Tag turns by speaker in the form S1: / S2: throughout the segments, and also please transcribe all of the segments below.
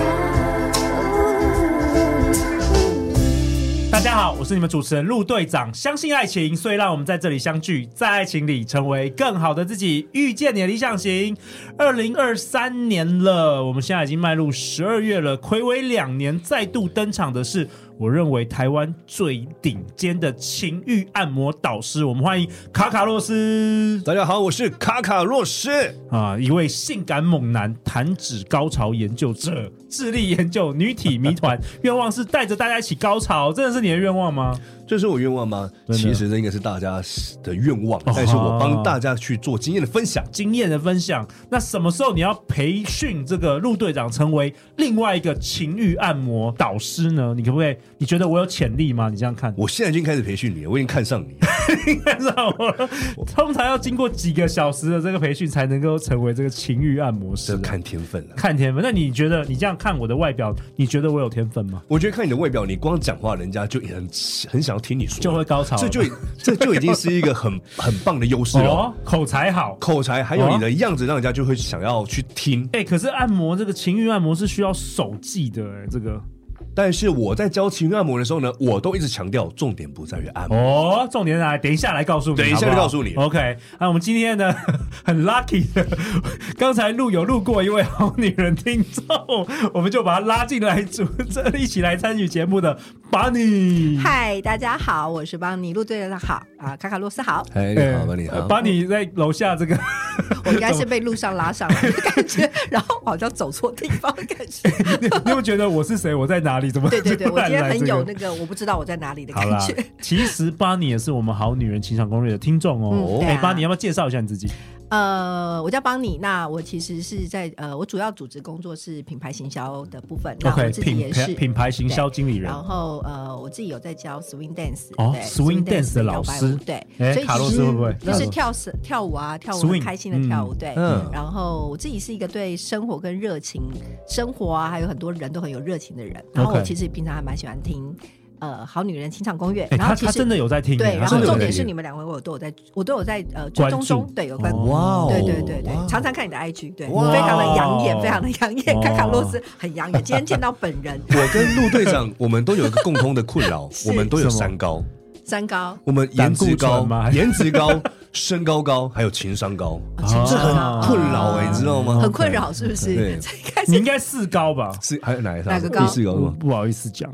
S1: love.
S2: 大家好，我是你们主持人陆队长。相信爱情，所以让我们在这里相聚，在爱情里成为更好的自己，遇见你的理想型。二零二三年了，我们现在已经迈入十二月了，暌违两年，再度登场的是。我认为台湾最顶尖的情欲按摩导师，我们欢迎卡卡洛斯。
S3: 大家好，我是卡卡洛斯。
S2: 啊，一位性感猛男弹指高潮研究者，致力研究女体谜团， 愿望是带着大家一起高潮，真的是你的愿望吗？
S3: 这是我愿望吗？
S2: 的哦
S3: 其实这应该是大家的愿望，但是我帮大家去做经验的分享。
S2: 经验的分享，那什么时候你要培训这个陆队长成为另外一个情欲按摩导师呢？你可不可以？你觉得我有潜力吗？你这样看，
S3: 我现在已经开始培训你了，我已经看上你 了。
S2: 看上我了。 通常要经过几个小时的这个培训，才能够成为这个情欲按摩师
S3: 这
S2: 啊。
S3: 看天分了。
S2: 看天分，那你觉得你这样看我的外表，你觉得我有天分吗？
S3: 我觉得看你的外表，你光讲话，人家就很很想要听你说，
S2: 就会高潮了
S3: 这就这就已经是一个很 很棒的优势了。
S2: 哦，口才好，
S3: 口才还有你的样子，让人家就会想要去听。
S2: 哎、可是按摩这个情欲按摩是需要手技的、哎，这个
S3: 但是我在教情绪按摩的时候呢，我都一直强调，重点不在于按摩。
S2: 哦，重点来，等一下来告诉你，
S3: 等一
S2: 好
S3: 下
S2: 不好
S3: 就告诉你
S2: OK，那、我们今天呢， 很 lucky 的， 刚才录有路过一位好女人听众，我们就把她拉进来主，这一起来参与节目的 Bunny。
S4: 嗨，大家好，我是邦尼陆队长好啊，卡卡洛斯 好，
S3: 哎，你
S2: 哎
S3: 好吧，你好。
S2: 把你在楼下这个，
S4: 我应该是被路上拉上来的感觉，然后好像走错地方的 感觉。
S2: 你你有没有觉得我是谁？我在哪里？怎么
S4: 对对 对，
S2: 突
S4: 我
S2: 然
S4: 今天
S2: 来
S4: 很
S2: 这
S4: 有
S2: 个
S4: 那个我不知道我在哪里的
S2: 好
S4: 感
S2: 啦
S4: 觉。，
S2: 其实巴尼也是我们《好女人情场攻略》的听众哦。
S4: 嗯对
S2: 哎、
S4: 啊
S2: 巴尼要不要介绍一下你自己？
S4: 呃，我叫邦尼，那我其实是在呃，我主要组织工作是品牌行销的部分，那
S2: OK，
S4: 我自己
S2: 品
S4: 也
S2: 牌
S4: 是
S2: 品牌行销经理人
S4: 然。后呃，我自己有在教 swing dance，
S2: 哦
S4: 对
S2: swing dance 的老
S4: 摇摆舞
S2: 师
S4: 对，
S2: 哎
S4: 所以
S2: 卡洛
S4: 其
S2: 斯
S4: 实
S2: 会不会
S4: 就是跳绳跳舞啊，跳舞
S2: Swing，
S4: 很开心的跳舞，对，
S3: 嗯
S4: 然后我自己是一个对生活跟热情、生活啊，还有很多人都很有热情的人。然后我
S2: OK
S4: 其实平常还蛮喜欢听呃《好女人情场攻略》
S2: 哎、
S4: 然后
S2: 他
S4: 其
S2: 他
S4: 实
S2: 真的有在听，
S4: 对，
S2: 他
S4: 然
S2: 真的
S4: 后
S2: 有
S4: 重
S2: 在
S4: 点
S2: 听
S4: 是你们两位我都有在，我都有在呃追
S2: 关
S4: 踪
S2: 注
S4: 中，对，有关注。
S3: 哇哦
S4: 对对对对
S3: 哇哦，
S4: 常常看你的 IG，对，
S3: 哇
S4: 非常的养眼，
S2: 哦
S4: 非常的养
S2: 哦
S4: 眼，卡卡洛斯很养眼。今天见到本 人，
S3: 我跟陆队长，我们都有一个共通的困扰，
S4: 是
S3: 我们都有
S2: 什么
S3: 三高，
S4: 三高，
S3: 我们颜
S2: 胆
S3: 值
S2: 固
S3: 高
S2: 醇 吗、
S3: 颜值高、身高高，还有情商高，
S4: 哦情
S2: 这
S4: 商
S2: 很
S4: 高
S3: 困扰哎、你知道吗
S4: 啊很？困扰，是不是
S3: 对？
S4: 所以开
S2: 你
S4: 始
S2: 应该四高吧？
S3: 是还有哪一
S4: 哪个高
S3: 第四高是
S2: 我
S3: 吗？
S2: 不好意思 讲，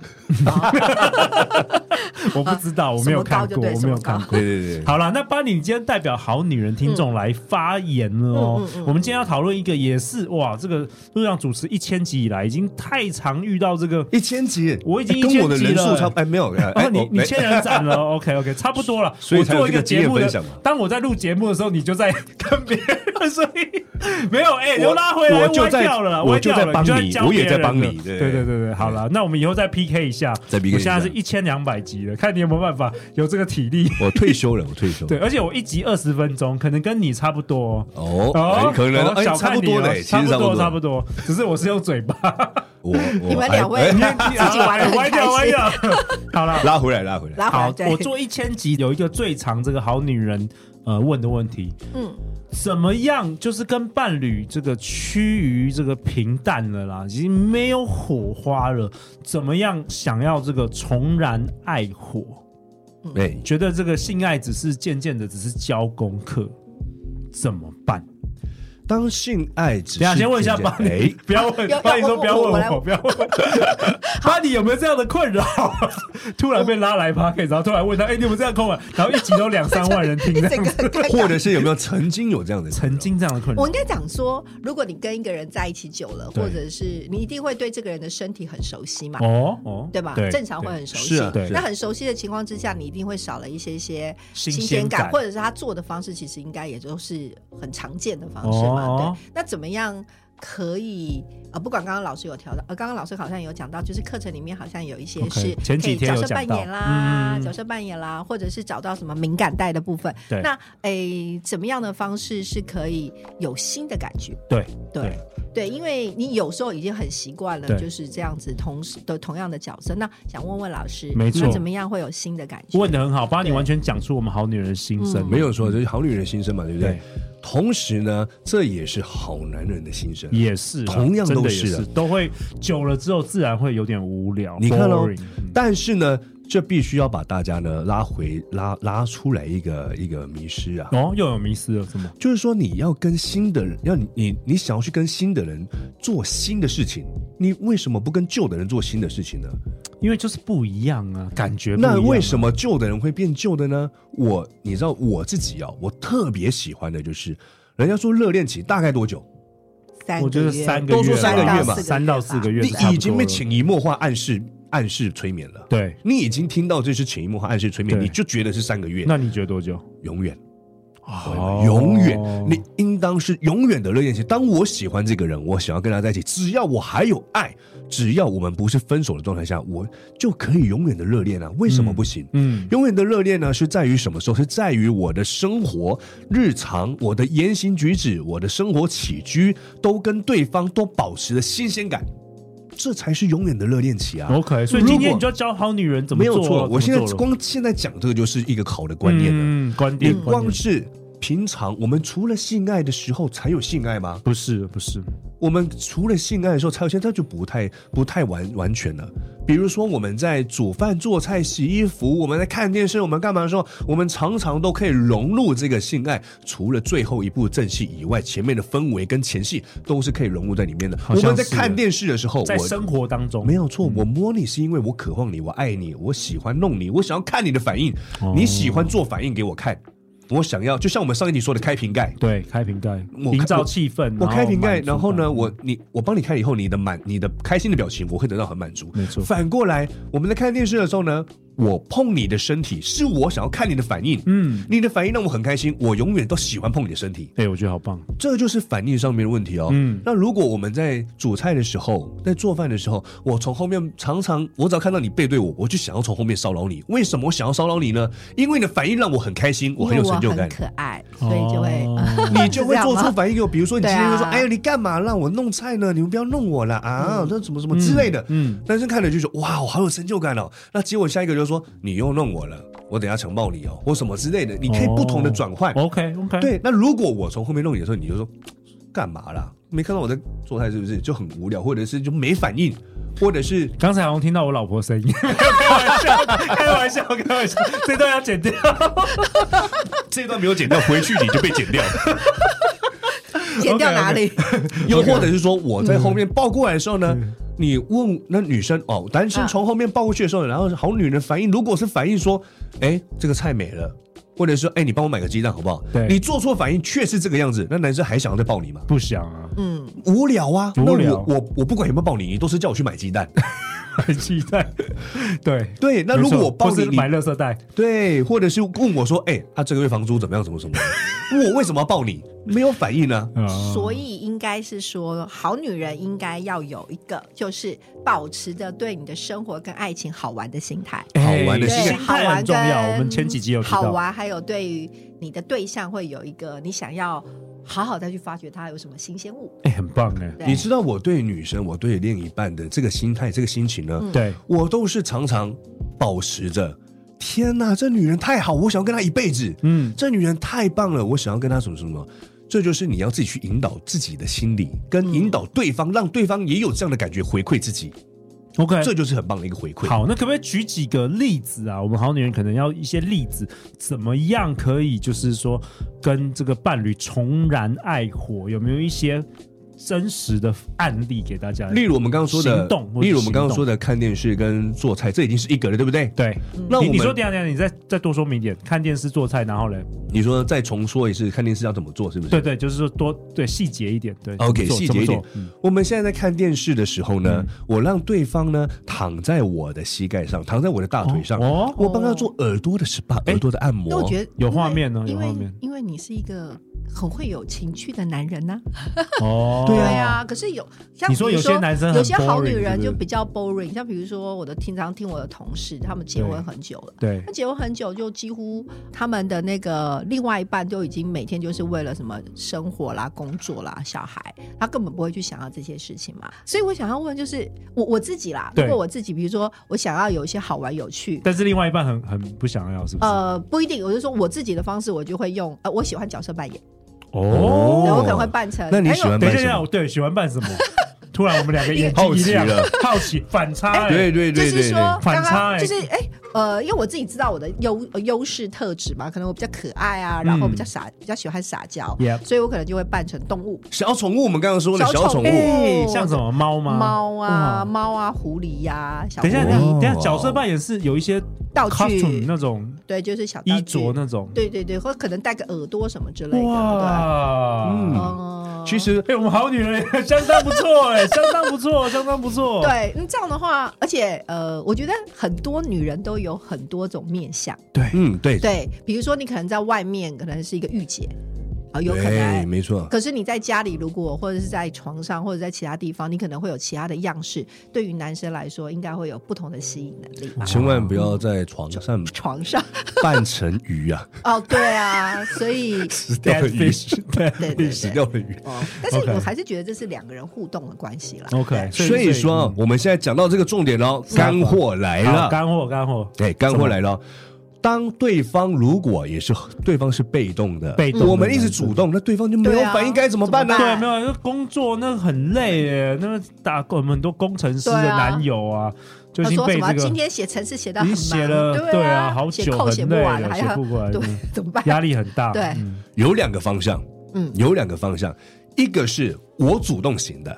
S2: 我不知道，我没有看
S4: 啊什么高就
S2: 过，
S4: 对
S2: 我没有
S4: 什么高
S2: 看过。
S3: 对对对，
S2: 好了，那巴尼，你今天代表好女人听众来发言了
S4: 嗯
S2: 哦。我们今天要讨论一个，也是哇，这个陆让主持一千集以来，已经太常遇到这个
S3: 一千集，
S2: 我已经
S3: 跟我的
S2: 一千集
S3: 人数
S2: 了
S3: 差不哎没有哎
S2: 哦，
S3: 哎
S2: 你
S3: 我
S2: 你
S3: 哎
S2: 千人斩了，OK OK，差不多了。
S3: 所以
S2: 我
S3: 才有
S2: 做一
S3: 这个经验
S2: 节目
S3: 分享
S2: 的
S3: 嘛，
S2: 当我在录节目的时候，你就在跟别人，所以没有哎，又拉回来，
S3: 我就
S2: 歪
S3: 在
S2: 掉了啦，
S3: 我
S2: 歪掉了
S3: 就在帮
S2: 你
S3: 你
S2: 教
S3: 我也
S2: 别人
S3: 在帮
S2: 了
S3: 你
S2: 对
S3: 对
S2: 对对对，好了，那我们以后再 PK 一下，
S3: 再 PK
S2: 我现在
S3: 一下
S2: 是一千两百集了，看你有没有办法有这个体力。
S3: 我退休了，我退休。
S2: 对，而且我一集二十分钟，可能跟你差不多哦。
S3: 哦，很可能
S2: 哦
S3: 哎，
S2: 小
S3: 差
S2: 看
S3: 不
S2: 你
S3: 多
S2: 哦
S3: 嘞，其
S2: 差
S3: 实
S2: 不
S3: 差
S2: 多
S3: 不
S2: 差不多，只是我是用嘴巴，
S3: 我我
S4: 你们两位
S3: 哎哎
S4: 自己玩 的
S2: 歪
S4: 很
S2: 掉歪
S4: 开心，
S2: 掉，好了，
S3: 拉回来拉回来，
S4: 拉回
S2: 好
S4: 来，啊对，
S2: 我做一千集有一个最长这个好女人呃问的问题，
S4: 嗯，
S2: 怎么样就是跟伴侣这个趋于这个平淡了啦，已经没有火花了，怎么样想要这个重燃爱火？
S3: 哎，
S2: 觉得这个性爱只是渐渐的只是教功课，怎么办？
S3: 当性爱只是
S2: 等一下先问一下
S3: 渐
S2: 巴
S3: 渐
S2: 尼
S3: 哎，，
S2: 不要问
S4: 有，
S2: 巴尼说
S4: 我
S2: 不要
S4: 我
S2: 问
S4: 我来
S2: 我，不要问 我。巴尼有没有这样的困扰？突然被拉来 p a r k 然后突然问他，哎，你有没有这样困扰？然后一集都两三万人听， 这样
S4: 整个
S2: 子
S4: 很尴尬
S3: 哎或者是有没有曾经有这样的困扰
S2: 曾经这样的困扰
S4: 我应。该讲说，如果你跟一个人在一起久了，
S2: 对
S4: 或者是你一定会对这个人的身体很熟悉嘛，
S2: 哦哦，
S4: 对吧？正常会很熟悉。
S3: 是啊对
S4: 那很熟悉的情况之下，你一定会少了一些些
S2: 新鲜
S4: 鲜
S2: 感
S4: 或者是他做的方式，其实应该也就是很常见的方式
S2: 哦
S4: 嘛。对，那怎么样？可以呃，不管刚刚老师有调到，呃，刚刚老师好像有讲到，就是课程里面好像有一些
S2: OK，
S4: 是
S2: 哦前几
S4: 可以
S2: 天有
S4: 角色
S2: 讲
S4: 扮
S2: 到
S4: 演啦，
S2: 嗯
S4: 角色扮演啦，或者是找到什么敏感带的部分。
S2: 对
S4: 那诶，怎么样的方式是可以有新的感觉？
S2: 对
S4: 对对，因为你有时候已经很习惯了，
S2: 对
S4: 就是这样子同时都同样的角色。那想问问老师，
S2: 没错
S4: 那怎么样会有新的感觉？
S2: 问的很好，帮你
S4: 对
S2: 完全讲出我们好女人的心声。
S4: 嗯
S3: 没有错，这是好女人心声嘛，对不对？
S2: 对
S3: 同时呢，这也是好男人的心声。
S2: 也是啊，
S3: 同样
S2: 真
S3: 都
S2: 的也
S3: 是啊
S2: 是，都会久了之后自然会有点无聊。
S3: 你看哦喽
S2: boring，嗯
S3: 但是呢，这必须要把大家呢拉回拉拉出来一个一个迷失啊，
S2: 哦，又有迷失了，是吗？
S3: 就是说你要跟新的人，要你你你想要去跟新的人做新的事情，你为什么不跟旧的人做新的事情呢？
S2: 因为就是不一样啊，感觉不一样啊、
S3: 那为什
S2: 么
S3: 么旧的人会变旧的呢？我你知道我自己啊，我特别喜欢的就是，人家说热恋期大概多久？
S4: 三
S2: 我觉得三个
S3: 多说
S2: 月吧，
S3: 三个月吧
S2: 三到四个
S4: 月吧。
S2: 月
S3: 你
S2: 差不多了，
S3: 已经被潜移默化暗示暗示催眠了。
S2: 对。
S3: 你已经听到这是潜移默化暗示催眠，
S2: 对
S3: 你就觉得是三个月，
S2: 那你觉得多久？
S3: 永远，
S2: 哦
S3: 永远，你应当是永远的热恋期。当我喜欢这个人，我想要跟他在一起，只要我还有爱，只要我们不是分手的状态下，我就可以永远的热恋啊！为什么不行？
S2: 嗯，
S3: 永远的热恋呢，是在于什么时候？是在于我的生活、日常、我的言行举止、我的生活起居，都跟对方都保持了新鲜感，这才是永远的热恋期啊！
S2: OK，所以今
S3: 如
S2: 天
S3: 果
S2: 你就要教好女人怎么
S3: 没有
S2: 哦做了。
S3: 错，我现在
S2: 怎么做了
S3: 光现在讲这个就是一个好的观念了。
S2: 嗯，观
S3: 你
S2: 点，观
S3: 光
S2: 点
S3: 是平常我们除了性爱的时候才有性爱吗？
S2: 不是不是，
S3: 我们除了性爱的时候才有性爱，这就不太不太完完全了。比如说我们在煮饭、做菜、洗衣服，我们在看电视，我们干嘛的时候，我们常常都可以融入这个性爱。除了最后一部正戏以外，前面的氛围跟前戏都是可以融入在里面的。
S2: 好
S3: 我
S2: 像
S3: 们在
S2: 是
S3: 看电视的时候，
S2: 在
S3: 我
S2: 生活当中
S3: 没有错，我摸你是因为我渴望你，我爱你，我喜欢弄你，我想要看你的反应，
S2: 哦
S3: 你喜欢做反应给我看，我想要，就像我们上一集说的开瓶盖，
S2: 对开瓶盖，
S3: 我
S2: 营造
S3: 我
S2: 气氛，
S3: 我开瓶盖，
S2: 满足嗯
S3: 然后呢，
S2: 感
S3: 我你我帮你开以后，你的满你的开心的表情，我会得到很满足。
S2: 没错
S3: 反过来，我们在看电视的时候呢，我碰你的身体，是我想要看你的反应，
S2: 嗯，
S3: 你的反应让我很开心，我永远都喜欢碰你的身体。
S2: 哎、我觉得好棒，
S3: 这就是反应上面的问题哦。
S2: 嗯
S3: 那如果我们在煮菜的时候，在做饭的时候，我从后面常常，我只要看到你背对我，我就想要从后面骚扰你。为什么我想要骚扰你呢？因为你的反应让我很开心，我很有
S4: 因为
S3: 成就感
S4: 很。可爱，所以就会、
S2: 哦
S3: 你就会做出反应给我，比如说你今天就说：“
S4: 对啊嗯
S3: 哎呦，你干嘛让我弄菜呢？你们不要弄我了啊！”那怎么什么之类的。
S2: 嗯，
S3: 男生看了就说：“哇，我好有成就感哦。”那结果下一个就说：“你又弄我了，我等一下强暴你哦，或什么之类的。”你可以不同的转
S4: 哦
S3: 换。
S2: OK OK，，
S3: 对，那如果我从后面弄你的时候，你就说干嘛啦？没看到我在做菜是不是？就很无聊，或者是就没反应，或者是
S2: 刚才好像听到我老婆 声音，开玩笑，开玩笑，开玩笑，这段要剪掉。
S3: 这段没有剪掉，回去你就被剪掉，
S4: 剪掉哪里？
S3: 又或者是说我在后面抱过来的时候呢，
S2: 嗯
S3: 你问那女生哦，男
S2: 啊
S3: 生从后面抱过去的时候，然后好女人反应，如果是反应说，哎，这个菜没了。或者是哎、你帮我买个鸡蛋好不好？
S2: 对
S3: 你做错反应却是这个样子，那男生还想要再抱你吗？
S2: 不想啊，
S4: 嗯，
S3: 无聊啊！
S2: 无聊
S3: 那我我我不管有没有抱你，你都是叫我去买鸡蛋。
S2: 很期待。对
S3: 对，那如果我抱
S2: 不
S3: 你，
S2: 是
S3: 你
S2: 买垃圾袋，
S3: 对，或者是问我说：“哎、他、这个月房租怎么样？怎么怎么样？ 我为什么要抱你？没有反应呢、
S2: 啊
S4: 所以应该是说，好女人应该要有一个，就是保持着对你的生活跟爱情好玩的心态。
S3: 好玩的
S4: 对
S3: 心态
S2: 心态很重要。我们前几集有提
S4: 好
S2: 到，
S4: 玩，还有对于你的对象会有一个你想要好好再去发掘他有什么新鲜物。
S2: 哎、很棒哎、
S4: 对
S3: 你知道我对女生，我对另一半的这个心态、这个心情呢，
S2: 对，
S3: 我都是常常保持着。天哪，这女人太好，我想要跟她一辈子。
S2: 嗯，
S3: 这女人太棒了，我想要跟她什么什么什么。这就是你要自己去引导自己的心理，
S2: 嗯
S3: 跟引导对方，让对方也有这样的感觉回馈自己，
S2: ，OK，
S3: 这就是很棒的一个回馈。
S2: 哎好，那可不可以举几个例子啊？我们好女人可能要一些例子，怎么样可以就是说跟这个伴侣重燃爱火？有没有一些真实的案例给大家？
S3: 例如我们刚刚说的
S2: 行动，或者
S3: 例如我们
S2: 行
S3: 刚刚
S2: 动
S3: 说的看电视跟做菜，这已经是一格了，对不对？
S2: 对，
S3: 那我
S2: 你
S3: 们
S2: 你说等一下等一下，你再再多说明一点，看电视做菜，然后嘞，
S3: 你说再重说一次，看电视要怎么做，是不是？
S2: 对对，就是说多对细节一点，对
S3: OK，
S2: 怎么做
S3: 细节
S2: 怎
S3: 一点
S2: 么做嗯。
S3: 我们现在在看电视的时候呢，我让对方呢躺在我的膝盖上，躺在我的大腿上，
S2: 哦
S3: 我帮他做耳朵的 SPA，、耳朵的按
S4: 那
S3: 摩
S4: 我。觉得
S2: 有
S4: 因为
S2: 画面呢有
S4: 因为
S2: 画面
S4: 因为你是一个很会有情趣的男人呢、
S2: 哦，
S3: 对
S4: 对啊，可是有像
S2: 你说
S4: 比如
S2: 有些男生很
S4: 有些好
S2: boring，
S4: 女
S2: 是
S4: 人
S2: 不是
S4: 就比较 boring，像比如说我的平常听我的同事，他们结婚很久了。
S3: 对
S4: 那结婚很久，就几乎他们的那个另外一半就已经每天就是为了什么生活啦、工作啦、小孩，他根本不会去想要这些事情嘛。所以我想要问，就是我我自己啦，
S2: 对
S4: 如果我自己，比如说我想要有一些好玩有趣，
S2: 但是另外一半很很不想要，是不是？
S4: 呃，不一定，我就说我自己的方式，我就会用呃，我喜欢角色扮演，
S2: 哦
S4: 对我可能会扮成。
S3: 那你
S4: 哎
S3: 喜欢
S2: 等一
S3: 扮
S2: 下，
S3: 什
S2: 等一下，
S3: 么？
S2: 我对喜欢扮 什么？突然我们两个眼睛
S3: 好
S2: 一
S3: 奇
S2: 亮，
S3: 了
S2: 好奇反差、欸，
S3: 对对
S4: 就
S3: 对
S4: 是
S3: 对
S4: 说
S3: 对，，
S2: 反
S4: 刚
S2: 差欸
S4: 刚就是哎、呃，因为我自己知道我的优呃优势特质嘛，可能我比较可爱啊，然后
S2: 嗯
S4: 比较傻，比较喜欢撒娇
S2: Yep
S4: 所以我可能就会扮成动物，
S3: 小宠物，我们刚刚说的小宠
S4: 小宠
S3: 物
S4: 物。
S2: 哎像什么猫吗？
S4: 猫
S2: 哇
S4: 啊，猫啊，狐狸呀、小狐
S2: 等一下，等一
S4: 狸
S2: 下，
S3: 哦
S2: 等一下，角色扮演是有一些
S4: 道
S2: costume
S4: 具，
S2: 那种
S4: 对，就是小道
S2: 衣
S4: 具
S2: 着，那种，
S4: 对对对，或可能戴个耳朵什么之类的，对，
S2: 哇，
S3: 嗯
S2: 嗯，
S4: 嗯，
S3: 其实
S2: 哎，我们好女人也相当不错，哎，相当不错，相当不错，，
S4: 对，嗯这样的话，而且呃，我觉得很多女人都有很多种面相，
S3: 嗯，对，
S4: 对，比如说你可能在外面可能是一个御姐，啊、有可
S3: 对，
S4: 能。
S3: 没错，
S4: 可是你在家里，如果或者是在床上，或者在其他地方，你可能会有其他的样式。对于男生来说，应该会有不同的吸引能力吧。
S3: 千万不要在床上
S4: 床上，
S3: 扮成鱼啊，
S4: 哦，对啊，所以
S3: 死 掉的鱼，
S2: 对
S4: 对对
S3: 死
S4: 对，
S3: 掉的鱼。
S4: 哦，但是
S2: OK
S4: 我还是觉得这是两个人互动的关系啦。
S2: ，OK，
S3: 所以说，啊我们现在讲到这个重点喽，干货来
S2: 嗯好，
S3: 了，
S2: 干货，干货，
S3: 对，干货来了。当对方如果也是对方是被动的，
S2: 被动的
S3: 我们一直主动，那对方就没有
S4: 对啊
S3: 反应，该怎么办呢
S4: 怎？么
S2: 对，
S4: 办
S2: 没有，那工作那很累耶，那个打我们很多工程师的
S4: 对啊
S2: 男友啊，就已
S4: 他
S2: 经
S4: 说什
S2: 被
S4: 么？
S2: 这
S4: 今
S2: 个
S4: 天写程式写到
S2: 已
S4: 很
S2: 经
S4: 忙，
S2: 写了，
S4: 对
S2: 啊，好
S4: 写
S2: 久
S4: 扣写
S2: 很
S4: 不
S2: 累
S4: 完
S2: 了，
S4: 了，还
S2: 写
S4: 要
S2: 不过来，
S4: 对
S2: 嗯，
S4: 怎么办？
S2: 压力很大，
S4: 对
S2: 嗯
S3: 有两个方向，
S4: 嗯
S3: 有两个方向，一个是我主动型的，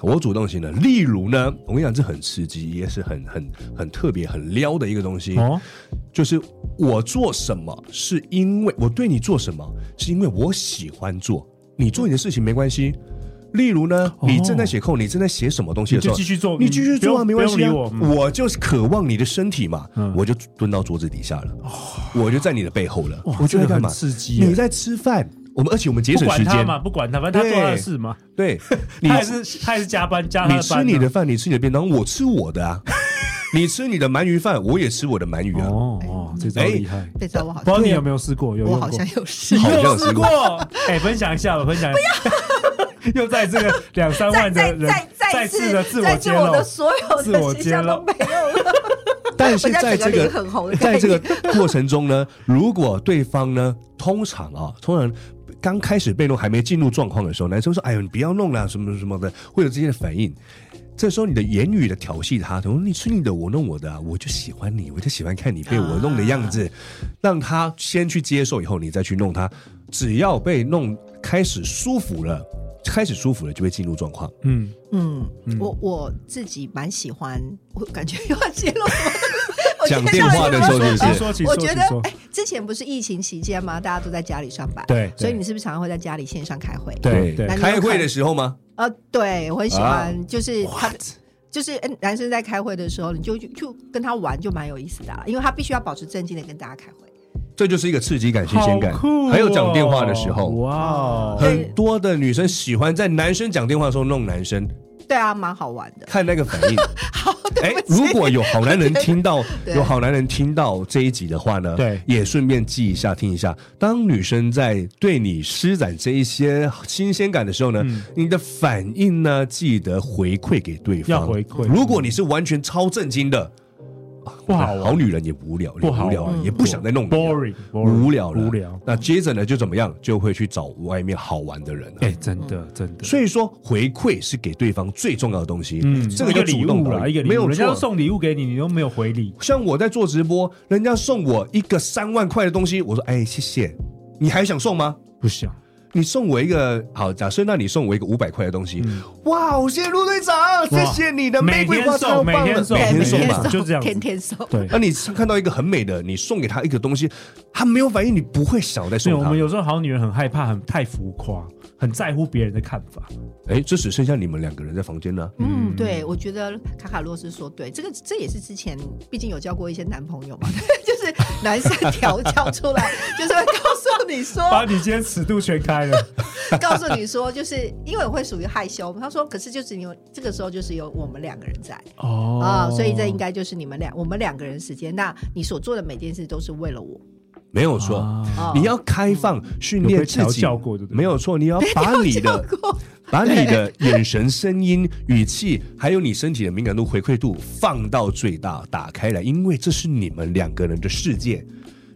S3: 我主动型的，例如呢，我跟你讲，这很刺激，也是很很很特别、很撩的一个东西，
S2: 哦，
S3: 就是我做什么是因为我对你做什么，是因为我喜欢做，你做你的事情没关系。例如呢，你正在写扣，你正在写什么东西的时候，
S2: 哦你就继续做
S3: 你继续做啊，
S2: 嗯不
S3: 没
S2: 用
S3: 关系啊。
S2: 不用理我嗯
S3: 我就是渴望你的身体嘛，
S2: 嗯哦
S3: 我就蹲到桌子底下了，我就在你的背后了
S2: 哇，
S3: 我就
S2: 这
S3: 在
S2: 个
S3: 干
S2: 很
S3: 嘛？
S2: 刺激耶
S3: 你在吃饭，我们而且我们节
S2: 不
S3: 省
S2: 管
S3: 时
S2: 他
S3: 间
S2: 嘛，，不管他，反正他做他的
S3: 对
S2: 事嘛，
S3: 对，你
S2: 他还是他还是加班加他
S3: 你
S2: 的
S3: 吃
S2: 班，啊
S3: 你的。饭，你吃你的便当，我吃我的啊，你吃你的鳗鱼饭，我也吃我的鳗鱼啊。
S2: 哦哦，这招
S3: 哎
S2: 厉害！
S4: 这招我好
S2: 不知道
S4: 像
S2: 你有没有试过？有
S4: 哎我
S2: 用
S4: 好
S2: 过？
S4: 像有试。
S3: 好
S2: 你
S3: 像
S2: 有
S3: 有
S2: 试
S3: 试过
S2: 过？哎，分享一下吧，分享一下。 又在这个两三
S4: 再
S2: 万的
S4: 再
S2: 人
S4: 再再
S2: 次
S4: 次
S2: 的自
S4: 再
S2: 揭
S4: 次我
S2: 露，
S4: 的所有
S2: 自我
S4: 的
S2: 揭
S4: 形象
S2: 露
S4: 都没有了，
S3: 但是
S4: 我现
S3: 在
S4: 在
S3: 这
S4: 整个
S3: 个
S4: 脸很红。
S3: 在这个过程中呢， 如果对方呢，通常啊，通常刚开始被弄还没进入状况的时候，男生说：“哎呦，你不要弄了，什么什么的，会有这些反应。”这时候你的言语的调戏他，他说你吃你的，我弄我的、啊，我就喜欢你，我就喜欢看你被我弄的样
S4: 啊
S3: 子，让他先去接受，以后你再去弄他。只要被弄开始舒服了，开始舒服了就会进入状况。
S2: 嗯，
S4: 嗯，我我自己蛮喜欢，我感觉又要揭露 什么东西。
S3: 讲电话的时候是不
S2: 请
S3: 是？
S2: 说，请
S4: 我
S2: 说，
S4: 觉
S2: 请
S4: 得
S2: 说
S4: 哎。，之前不是疫情期间吗？大家都在家里上班，
S2: 对
S4: 所以
S2: 对
S4: 你是不是常常会在家里线上开会？
S2: 对对
S4: 那你有
S3: 开会
S4: 看
S3: 的时候吗？
S4: 呃，对我很喜
S3: 啊
S4: 欢，就是他就是嗯男生在开会的时候，你就就就跟他玩，就蛮有意思的啦，啊因为他必须要保持镇静的跟大家开会。
S3: 这就是一个刺激感、新鲜感
S2: 好酷哦。
S3: 还有讲电话的时候，
S2: 哇哦，
S4: 对
S3: 很多的女生喜欢在男生讲电话的时候弄男生，
S4: 对啊，蛮好玩的。
S3: 看那个反 应。哎，如果有好男人听到，
S4: 对
S3: 有好男人听到这一集的话呢，
S2: 对
S3: 也顺便记一下、听一下。当女生在对你施展这一些新鲜感的时候呢，
S2: 嗯
S3: 你的反应呢，记得回馈给对方。
S2: 要回馈
S3: 如果你是完全超震惊的，
S2: 不好玩
S3: 好女人也无聊，
S2: 不好玩
S3: 无聊，也不想再弄你了啊
S2: boring，
S3: 无聊了
S2: 无聊。
S3: 那接着呢，就怎么样，就会去找外面好玩的人了。啊
S2: 哎，真的
S4: 嗯
S2: 真的，
S3: 嗯所以说，回馈是给对方最重要的东西。
S2: 嗯，
S3: 这个
S2: 一个
S3: 叫
S2: 礼
S3: 主动
S2: 物
S3: 的
S2: 啦，一个礼物，
S3: 没有
S2: 人家都
S3: 错。
S2: 送礼物给你，你都没有回礼，
S3: 像我在做直播，人家送我一个三万块的东西，我说：“哎，谢谢。”你还想送吗？
S2: 不想。
S3: 你送我一个好，假设那你送我一个五百块的东西，哇！我谢谢陆队长，谢谢你的玫瑰
S2: 嗯每天送
S3: 花，超棒的
S2: 每天送
S3: 每
S4: 对
S3: 天
S4: 每
S3: 送
S4: 天
S3: 嘛
S2: 送。就这样子
S4: 天天送。
S2: 对
S3: 那，你看到一个很美的，你送给他一个东西，他没有反应，你不会想再
S2: 所以
S3: 送
S2: 我
S3: 他
S2: 们。有时候好女人很害怕，很太浮夸，很在乎别人的看 法。
S3: 哎，这只剩下你们两个人在房间了。
S4: 嗯，对，我觉得卡卡洛斯说对，这个这也是之前，毕竟有交过一些男朋友嘛， 就是男生 调教出来，就是会告诉你说，
S2: 把你今天尺度全开了，
S4: 告诉你说，就是因为我会属于害羞，他说，可是就是因为这个时候就是有我们两个人在
S2: 哦
S4: 啊、所以这应该就是你们俩我们两个人时间。那你所做的每件事都是为了我，
S3: 没有错，
S4: 啊
S3: 你要开放训
S2: 有
S3: 练
S2: 被
S3: 自己，
S2: 调教过对不对
S3: 没有错，你要把你的把你的眼神、声音、语气，还有你身体的敏感度、回馈度放到最大，打开来，因为这是你们两个人的世界。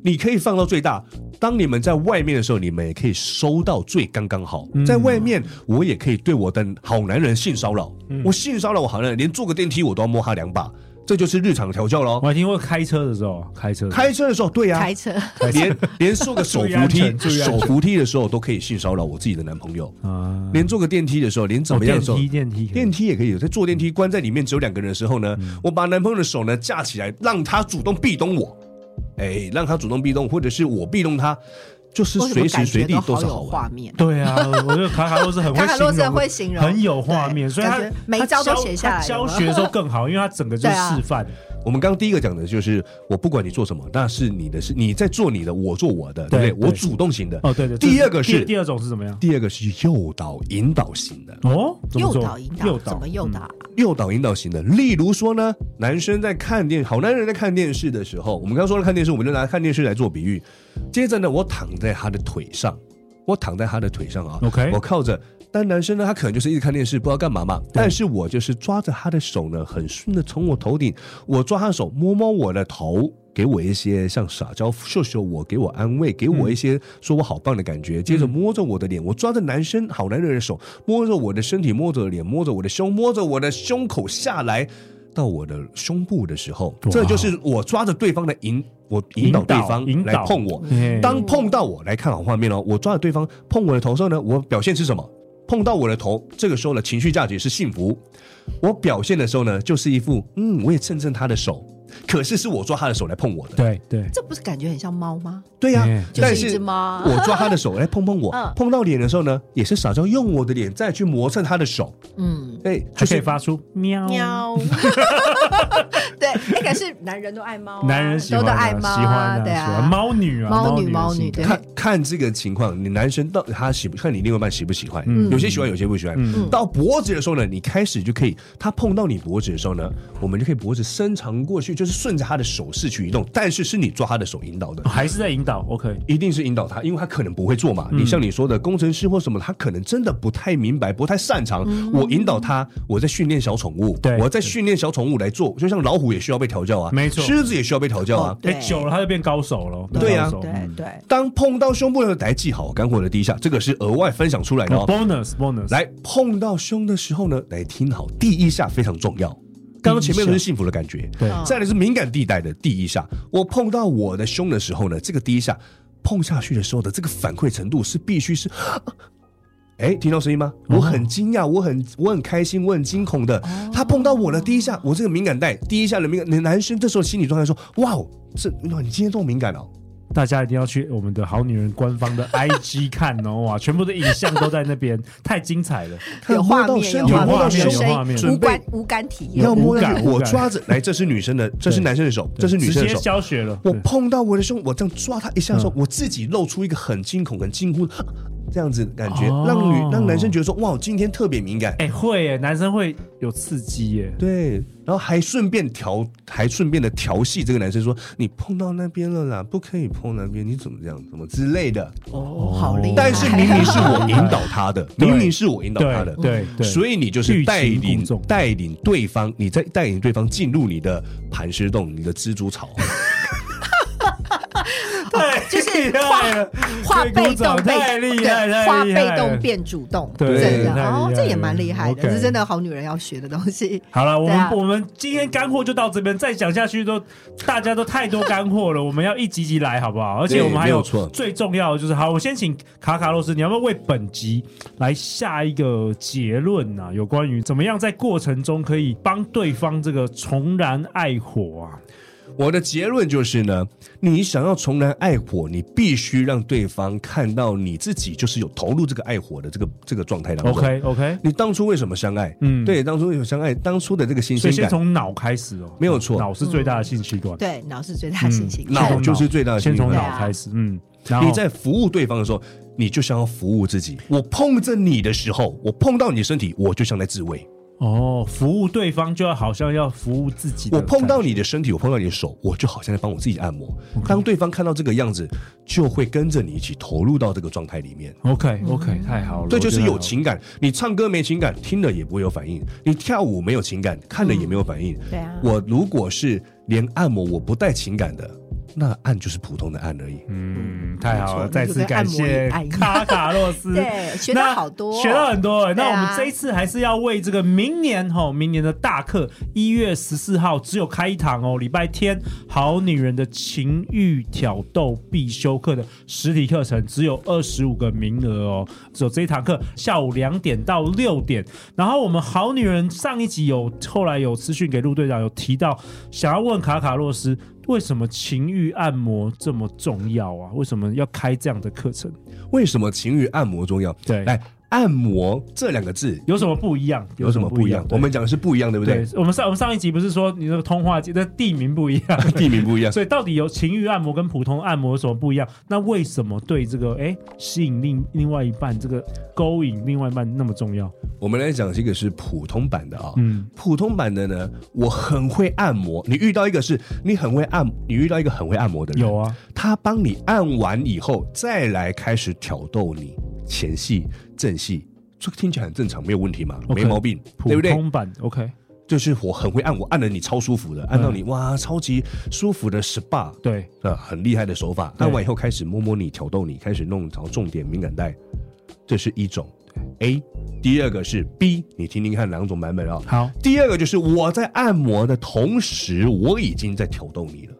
S3: 你可以放到最大，当你们在外面的时候，你们也可以收到最刚刚好。
S2: 嗯
S3: 在外面，我也可以对我的好男人性骚扰，
S2: 嗯
S3: 我性骚扰我好男人，连坐个电梯我都要摸他两把，这就是日常调教喽
S2: 我。还听过开车的时候，开车的时候
S3: 开车的时候，对呀、
S4: 开车，
S3: 嗯连连坐个手
S2: 注意
S3: 扶
S2: 安
S3: 梯
S2: 全、注意安
S3: 手
S2: 全
S3: 扶梯的时候都可以性骚扰我自己的男朋友，
S2: 啊，
S3: 连坐个电梯的时候，连怎么样的时候，
S2: 哦电梯电梯可以
S3: 电梯也可以。在坐电梯关在里面只有两个人的时候呢，我把男朋友的手呢架起来，让他主动壁咚我，哎，让他主动壁咚，或者是我壁咚他，就是
S4: 我怎么
S3: 随
S4: 感
S3: 时随
S4: 觉
S3: 地都
S4: 都好
S3: 是好
S4: 有
S3: 玩
S4: 画。面。
S2: 对 啊，我觉得卡卡洛斯很
S4: 卡
S2: 会
S4: 卡
S2: 形
S4: 洛
S2: 容，
S4: 斯很会形容，
S2: 很有画面，
S4: 对
S2: 所以他
S4: 感觉每一招都写下
S2: 他
S4: 来了
S2: 教学的时候更好，因为他整个就是
S4: 对啊
S2: 示范。
S3: 我们刚刚第一个讲的就是，我不管你做什么，那是你的事，你在做你的，我做我的，对不
S2: 对
S3: 对？我
S2: 对
S3: 主动型的。
S2: 哦，对对。这
S3: 第二个是
S2: 第第二种是怎么样？
S3: 第二个是诱导、引导型的。
S2: 哦，怎么
S4: 诱
S2: 做
S4: 导引导，
S2: 诱
S4: 怎
S2: 导
S4: 么诱导？
S3: 诱导引导型的，例如说呢，男生在看电，好男人在看电视的时候，我们刚刚说了看电视，我们就拿看电视来做比喻。接着呢，我躺在他的腿上，我躺在他的腿上啊
S2: OK
S3: 我靠着。但男生呢，他可能就是一直看电视，不知道干嘛嘛。但是我就是抓着他的手呢，很顺的从我头顶，我抓他的手，摸摸我的头，给我一些像撒娇、秀秀我，给我安慰，给我一些
S2: 嗯
S3: 说我好棒的感觉。接着摸着我的脸，我抓着男生好男人的手，摸着我的身体，摸着脸，摸着我的胸，摸着我的胸口下来。到我的胸部的时候，这就是我抓着对方的引，我引导对方
S2: 引导
S3: 来碰我。
S2: 嘿
S3: 当碰到我来看好画面哦，我抓着对方碰我的头的时候呢，我表现是什么？碰到我的头，这个时候的情绪价值是幸福。我表现的时候呢，就是一副嗯，我也蹭蹭他的手，可是是我抓他的手来碰我的。
S2: 对对，
S4: 这不是感觉很像猫吗？
S3: 对呀、
S2: 嗯
S4: 就是
S3: 但
S4: 一只
S3: 是
S4: 猫
S3: 我抓他的手来碰碰我
S4: 嗯，
S3: 碰到脸的时候呢，也是撒娇用我的脸再去磨蹭他的手。
S4: 嗯，
S3: 哎，
S2: 还
S3: 就
S2: 可以
S3: 是
S2: 发出喵。
S4: 喵。 对，哎，可是男人都爱猫啊，
S2: 男人喜
S4: 都
S2: 欢
S4: 都
S2: 啊
S4: 爱猫
S2: 喜
S4: 啊，
S2: 欢
S4: 对
S2: 啊，喜欢
S4: 啊，
S2: 猫女啊，
S4: 猫女猫
S2: 猫
S4: 女，
S2: 对，
S4: 对
S3: 看看这个情况，你男生到底他喜不看你另外一半喜不喜欢，
S2: 嗯
S3: 有些喜欢，有些不喜欢。到脖子的时候呢，你开始就可以，他碰到你脖子的时候呢，我们就可以脖子伸长过去，就是顺着他的手势去移动，但是是你抓他的手引导的。
S2: 哦还是在引导。OK，
S3: 一定是引导他，因为他可能不会做
S2: 嗯
S3: 嘛。你像你说的工程师或什么，他可能真的不太明白、不太擅长。我引导他，我在训练小宠物，
S2: 嗯对
S3: 我在训练小宠物来做，就像老虎也需要被调教啊，
S2: 没错
S3: 狮子也需要被调教啊
S4: 哦。
S2: 哎
S4: 对，
S2: 久了他就变高手了。
S3: 对啊
S2: 高手嗯
S4: 对对，
S3: 当碰到胸部的时候，来记好干货的第一下，这个是额外分享出来的哦。
S2: bonus bonus，
S3: 来碰到胸的时候呢，来听好，第一下非常重要。刚刚前面都是幸福的感觉，
S2: 对
S4: 嗯
S3: 再来是敏感地带的第一下。我碰到我的胸的时候呢，这个第一下碰下去的时候的这个反馈程度是必须是， 哎，听到声音吗？我很惊讶，我很我很开心，我很惊恐的。他碰到我的第一下，我这个敏感带第一下的敏感，男生这时候心理状态说：哇哦，这哇你今天这么敏感哦。
S2: 大家一定要去我们的好女人官方的 IG 看哦，哇，全部的影像都在那边， 太精彩了。
S4: 有画
S3: 摸到
S4: 面，
S3: 身
S4: 有
S3: 体
S4: 画
S3: 摸
S4: 面，
S3: 到
S4: 有
S3: 胸
S2: 有画面
S4: 声音，
S3: 准
S4: 无
S3: 备
S4: 感无感体验
S3: 要。摸
S2: 无
S3: 下
S2: 感
S3: 去，
S2: 无
S3: 我
S2: 感
S3: 抓着，来，这是女生的，这是男生的手，这是女
S2: 直
S3: 生的
S2: 接
S3: 手。
S2: 教学了。
S3: 我
S2: 对嗯
S3: 碰到我的胸，我这样抓他一下的时候，我自己露出一个很惊恐、很惊呼这样子的感觉，
S2: 哦
S3: 让女让男生觉得说，哇，我今天特别敏感。
S2: 哎会耶，男生会有刺激耶。
S3: 对，然后还顺便调，还顺便的调戏这个男生说，你碰到那边了啦，不可以碰那边，你怎么这样，怎么之类的。
S4: 哦，好厉害！
S3: 但是 明明是我引导他的，
S2: 对
S3: 明明是我引导他的
S2: 对，对对，
S3: 所以你就是带
S2: 欲擒故
S3: 领
S2: 纵
S3: 带领对方，你在带领对方进入你的盘丝洞、你的蜘 蛛巢。
S2: 太
S4: 就是
S2: 厉害 了，
S4: 化
S2: 对
S4: 被
S2: 鼓掌
S4: 动被
S2: 太厉害，
S4: 对，
S2: 太
S4: 化
S2: 厉害
S4: 被
S2: 了
S4: 动变主动，
S2: 对
S4: 真的
S2: 太厉害
S4: 哦，这也
S2: 了
S4: 蛮厉害的，
S2: OK
S4: 这是真的好女人要学的东西。
S2: 好了，我们、
S4: 对啊
S2: 我们今天干货就到这边，再讲下去都大家都太多干货了，我们要一集集来，好不好？而且
S3: 对
S2: 我们还
S3: 没
S2: 有
S3: 有错
S2: 最重要的就是，好，我先请卡卡洛斯，你要不要为本集来下一个结论呢、啊？有关于怎么样在过程中可以帮对方这个重燃爱火啊？
S3: 我的结论就是呢，你想要重燃爱火，你必须让对方看到你自己就是有投入这个爱火的这个这个状态当中。
S2: OK OK，
S3: 你当初为什么相爱？
S2: 嗯
S3: 对，当初为什么相爱？当初的这个新
S2: 所
S3: 鲜
S2: 以先
S3: 感，
S2: 从脑开始哦，
S3: 没有错
S2: 脑是最大的信息官，
S4: 嗯对，脑是最大
S2: 嗯
S4: 的信息。
S2: 先从
S3: 脑就是最大的
S2: 先
S3: 幸
S2: 从
S3: 运
S4: 感
S2: 脑开始，嗯，然后
S3: 你在服务对方的时候，你就想要服务自己。我碰着你的时候，我碰到你身体，我就像在自慰；
S2: 哦，服务对方就要好像要服务自己的
S3: 我
S2: 感觉，
S3: 碰到你的身体，我碰到你的手，我就好像在帮我自己按摩。当对方看到这个样子，就会跟着你一起投入到这个状态里面。
S2: ，OK OK，太好了，
S3: 这就是有
S2: 情。
S3: 情感。你唱歌没情感，听了也不会有反应；你跳舞没有情感，看了也没有反应。
S4: 对啊
S3: 我如果是连按摩我不带情感的，那按就是普通的按而已。
S2: 嗯，太好了，
S4: 没错
S2: 再次感谢
S4: 你就跟按摩一样
S2: 卡卡洛斯。
S4: 对学到
S2: 那
S4: 好多哦
S2: 学到很多。那
S4: 对啊
S2: 我们这一次还是要为这个明年吼，明年的大课，一月十四号只有开一堂哦，礼拜天《好女人的情欲挑逗必修课》的实体课程，只有二十五个名额哦，只有这一堂课，下午两点到六点。然后我们好女人上一集有后来有私讯给陆队长，有提到想要问卡卡洛斯，为什么情欲按摩这么重要啊？为什么要开这样的课程？
S3: 为什么情欲按摩重要？
S2: 对
S3: 来，按摩这两个字
S2: 有什么不一样？
S3: 有什么不一样？
S2: 对
S3: 我们讲的是不一样，对不
S2: 对
S3: 对？，
S2: 我们上我们上一集不是说你那个通话机的地名不一样
S3: 地名不 一样。
S2: 所以到底有情欲按摩跟普通按摩有什么不一样？那为什么对这个哎吸引另另外一半这个勾引另外一半那么重要？
S3: 我们来讲这个是普通版的啊、
S2: 嗯
S3: 普通版的呢，我很会按摩。你遇到一个是你很会按，你遇到一个很会按摩的人，
S2: 有啊，
S3: 他帮你按完以后，再来开始挑逗你前戏、正戏，这个听起来很正常，没有问题嘛
S2: OK
S3: 没毛病，
S2: 普
S3: 对不对？
S2: 通版 OK，
S3: 就是我很会按，我按了你超舒服的，按到你、哇，超级舒服的 SPA，
S2: 对，
S3: 呃，很厉害的手法。
S2: 对
S3: 按完以后开始摸摸你，挑逗你，开始弄，然后重点敏感带，这是一种 A。第二个是 B，你听听看两种版本啊、
S2: 好，
S3: 第二个就是我在按摩的同时，我已经在挑逗你了。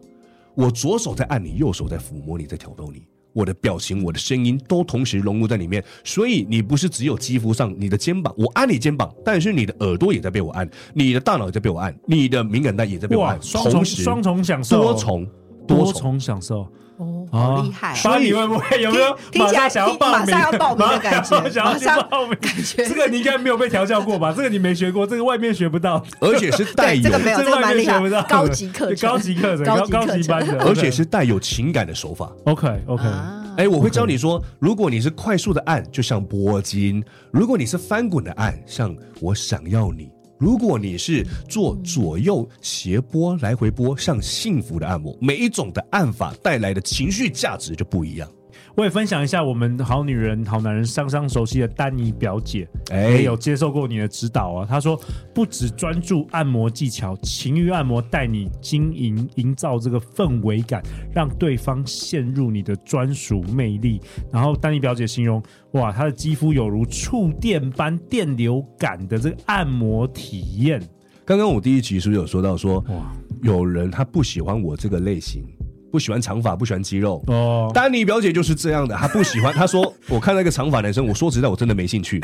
S3: 我左手在按你，右手在抚摸你，在挑逗你。我的表情、我的声音都同时融入在里面，所以你不是只有肌肤上，你的肩膀，我按你肩膀，但是你的耳朵也在被我按，你的大脑也在被我按，你的敏感带也在被我
S2: 哇
S3: 按，，
S2: 双
S3: 同
S2: 重
S3: 时
S2: 双重享受，
S3: 多重
S2: 多
S3: 多重
S2: 重享受。
S4: 哦，
S2: 啊
S4: 好厉害！
S2: 巴黎会不会有没有
S4: 听听起来
S2: 马上想要报名，
S4: 马上要报名的感觉
S2: 马上想要去报名
S4: 感觉
S2: 这个你应该没有被调教过吧？这个你没学过，这个外面学不到，
S3: 而且是带
S4: 对
S3: 有
S4: 这个没有
S2: 这个外
S4: 蛮
S2: 面
S4: 厉害
S2: 学不到的
S4: 高级课 程
S2: 高级课程，高
S4: 高级
S2: 高
S4: 课程
S2: 级班的，
S3: 而且是带有情感的手法。
S2: OK OK，
S4: 啊，
S3: 哎，我会教你说，如果你是快速的按，就像拨筋；如果你是翻滚的按，像我想要你；如果你是做左右斜拨、来回拨，像幸福的按摩。每一种的按法带来的情绪价值就不一样。
S2: 我也分享一下我们好女人、好男人相当熟悉的丹尼表姐，
S3: 哎
S2: 也有接受过你的指导啊。她说，不只专注按摩技巧，情欲按摩带你经营、营造这个氛围感，让对方陷入你的专属魅力。然后丹尼表姐形容，哇，她的肌肤有如触电般电流感的这个按摩体验。
S3: 刚刚我第一集是不是有说到说
S2: 哇，
S3: 有人他不喜欢我这个类型，不喜欢长发，不喜欢肌肉。
S2: 哦，
S3: 丹尼表姐就是这样的，她不喜欢。她说：“ 我看那个长发男生，我说实在，我真的没兴趣。”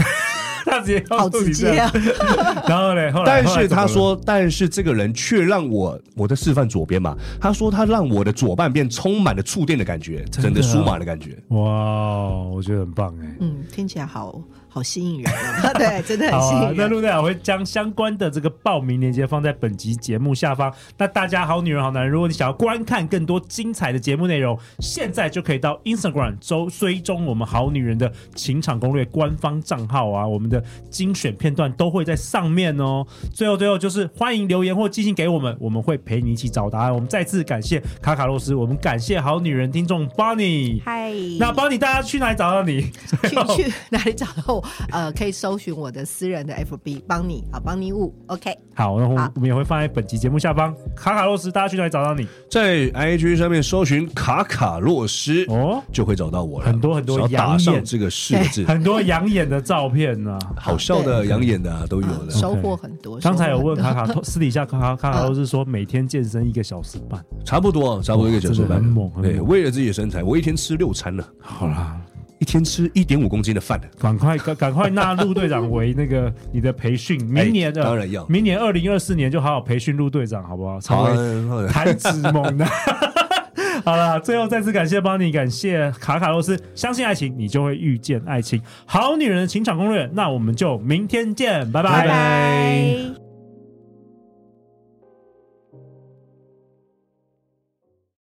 S2: 她直接告诉
S4: 好
S2: 你
S4: 直
S2: 这
S4: 接
S2: 样
S4: 啊！
S2: 然后嘞，后来
S3: 但是他，
S2: 后来怎么了
S3: 说，但是这个人却让我我在示范左边嘛，他说他让我的左半边充满了触电的感觉，
S2: 啊
S3: 整个舒麻的感觉。
S2: 哇，我觉得很棒哎、
S4: 嗯，听起来好好吸引人 啊！对，真的很
S2: 好
S4: 吸
S2: 啊
S4: 引，
S2: 那
S4: 人。
S2: 陆队长会将相关的这个报名链接放在本集节目下方。那大家好，女人好男人，如果你想要观看更多精彩的节目内容，现在就可以到 Instagram 周追踪我们好女人的情场攻略官方账号啊，我们的精选片段都会在上面哦。最后，最后就是欢迎留言或寄信给我们，我们会陪你一起找答案。我们再次感谢卡卡洛斯，我们感谢好女人听众 Bonnie。
S4: 嗨，
S2: 那 Bonnie，大家去哪里找到 你？
S4: 去 去哪里找到我？呃，可以搜寻我的私人的 FB，帮你啊，帮你五 OK。
S2: 好，然后
S4: 好
S2: 我们也会放在本集节目下方。卡卡洛斯，大家去哪里找到你？
S3: 在 IG 上面搜寻卡卡洛斯，
S2: 哦
S3: 就会找到我了。
S2: 很多很多
S3: 只要打
S2: 养
S3: 上
S2: 眼哎
S3: 这个四个字，
S2: 很多养眼的照片呢、
S3: 好笑的、
S4: 对
S3: 养眼的啊都有
S4: 嗯
S2: 哎
S3: 的。
S4: 收获很多。
S2: 刚才有
S4: 收获
S2: 问
S4: 很多
S2: 卡卡，私底下卡卡卡卡都是说每天健身一个小时半。
S3: 差不多，差不多一个
S2: 哇
S3: 九十
S2: 真的
S3: 半
S2: 很猛很。猛
S3: 对，为了自己的身材，我一天吃六餐呢，
S2: 好啦，
S3: 一天吃一点五公斤的饭的。
S2: 赶快赶赶快纳陆队长为那个你的培训，明年的、
S3: 哎当然要
S2: 明年二零二四年就好好培训陆队长，好不好？成
S3: 好
S2: 为
S3: 啊，
S2: 弹指 猛男。好了，最后再次感谢邦尼，感谢卡卡洛斯。相信爱情，你就会遇见爱情。好女人的情场攻略，那我们就明天见，拜
S4: 拜拜。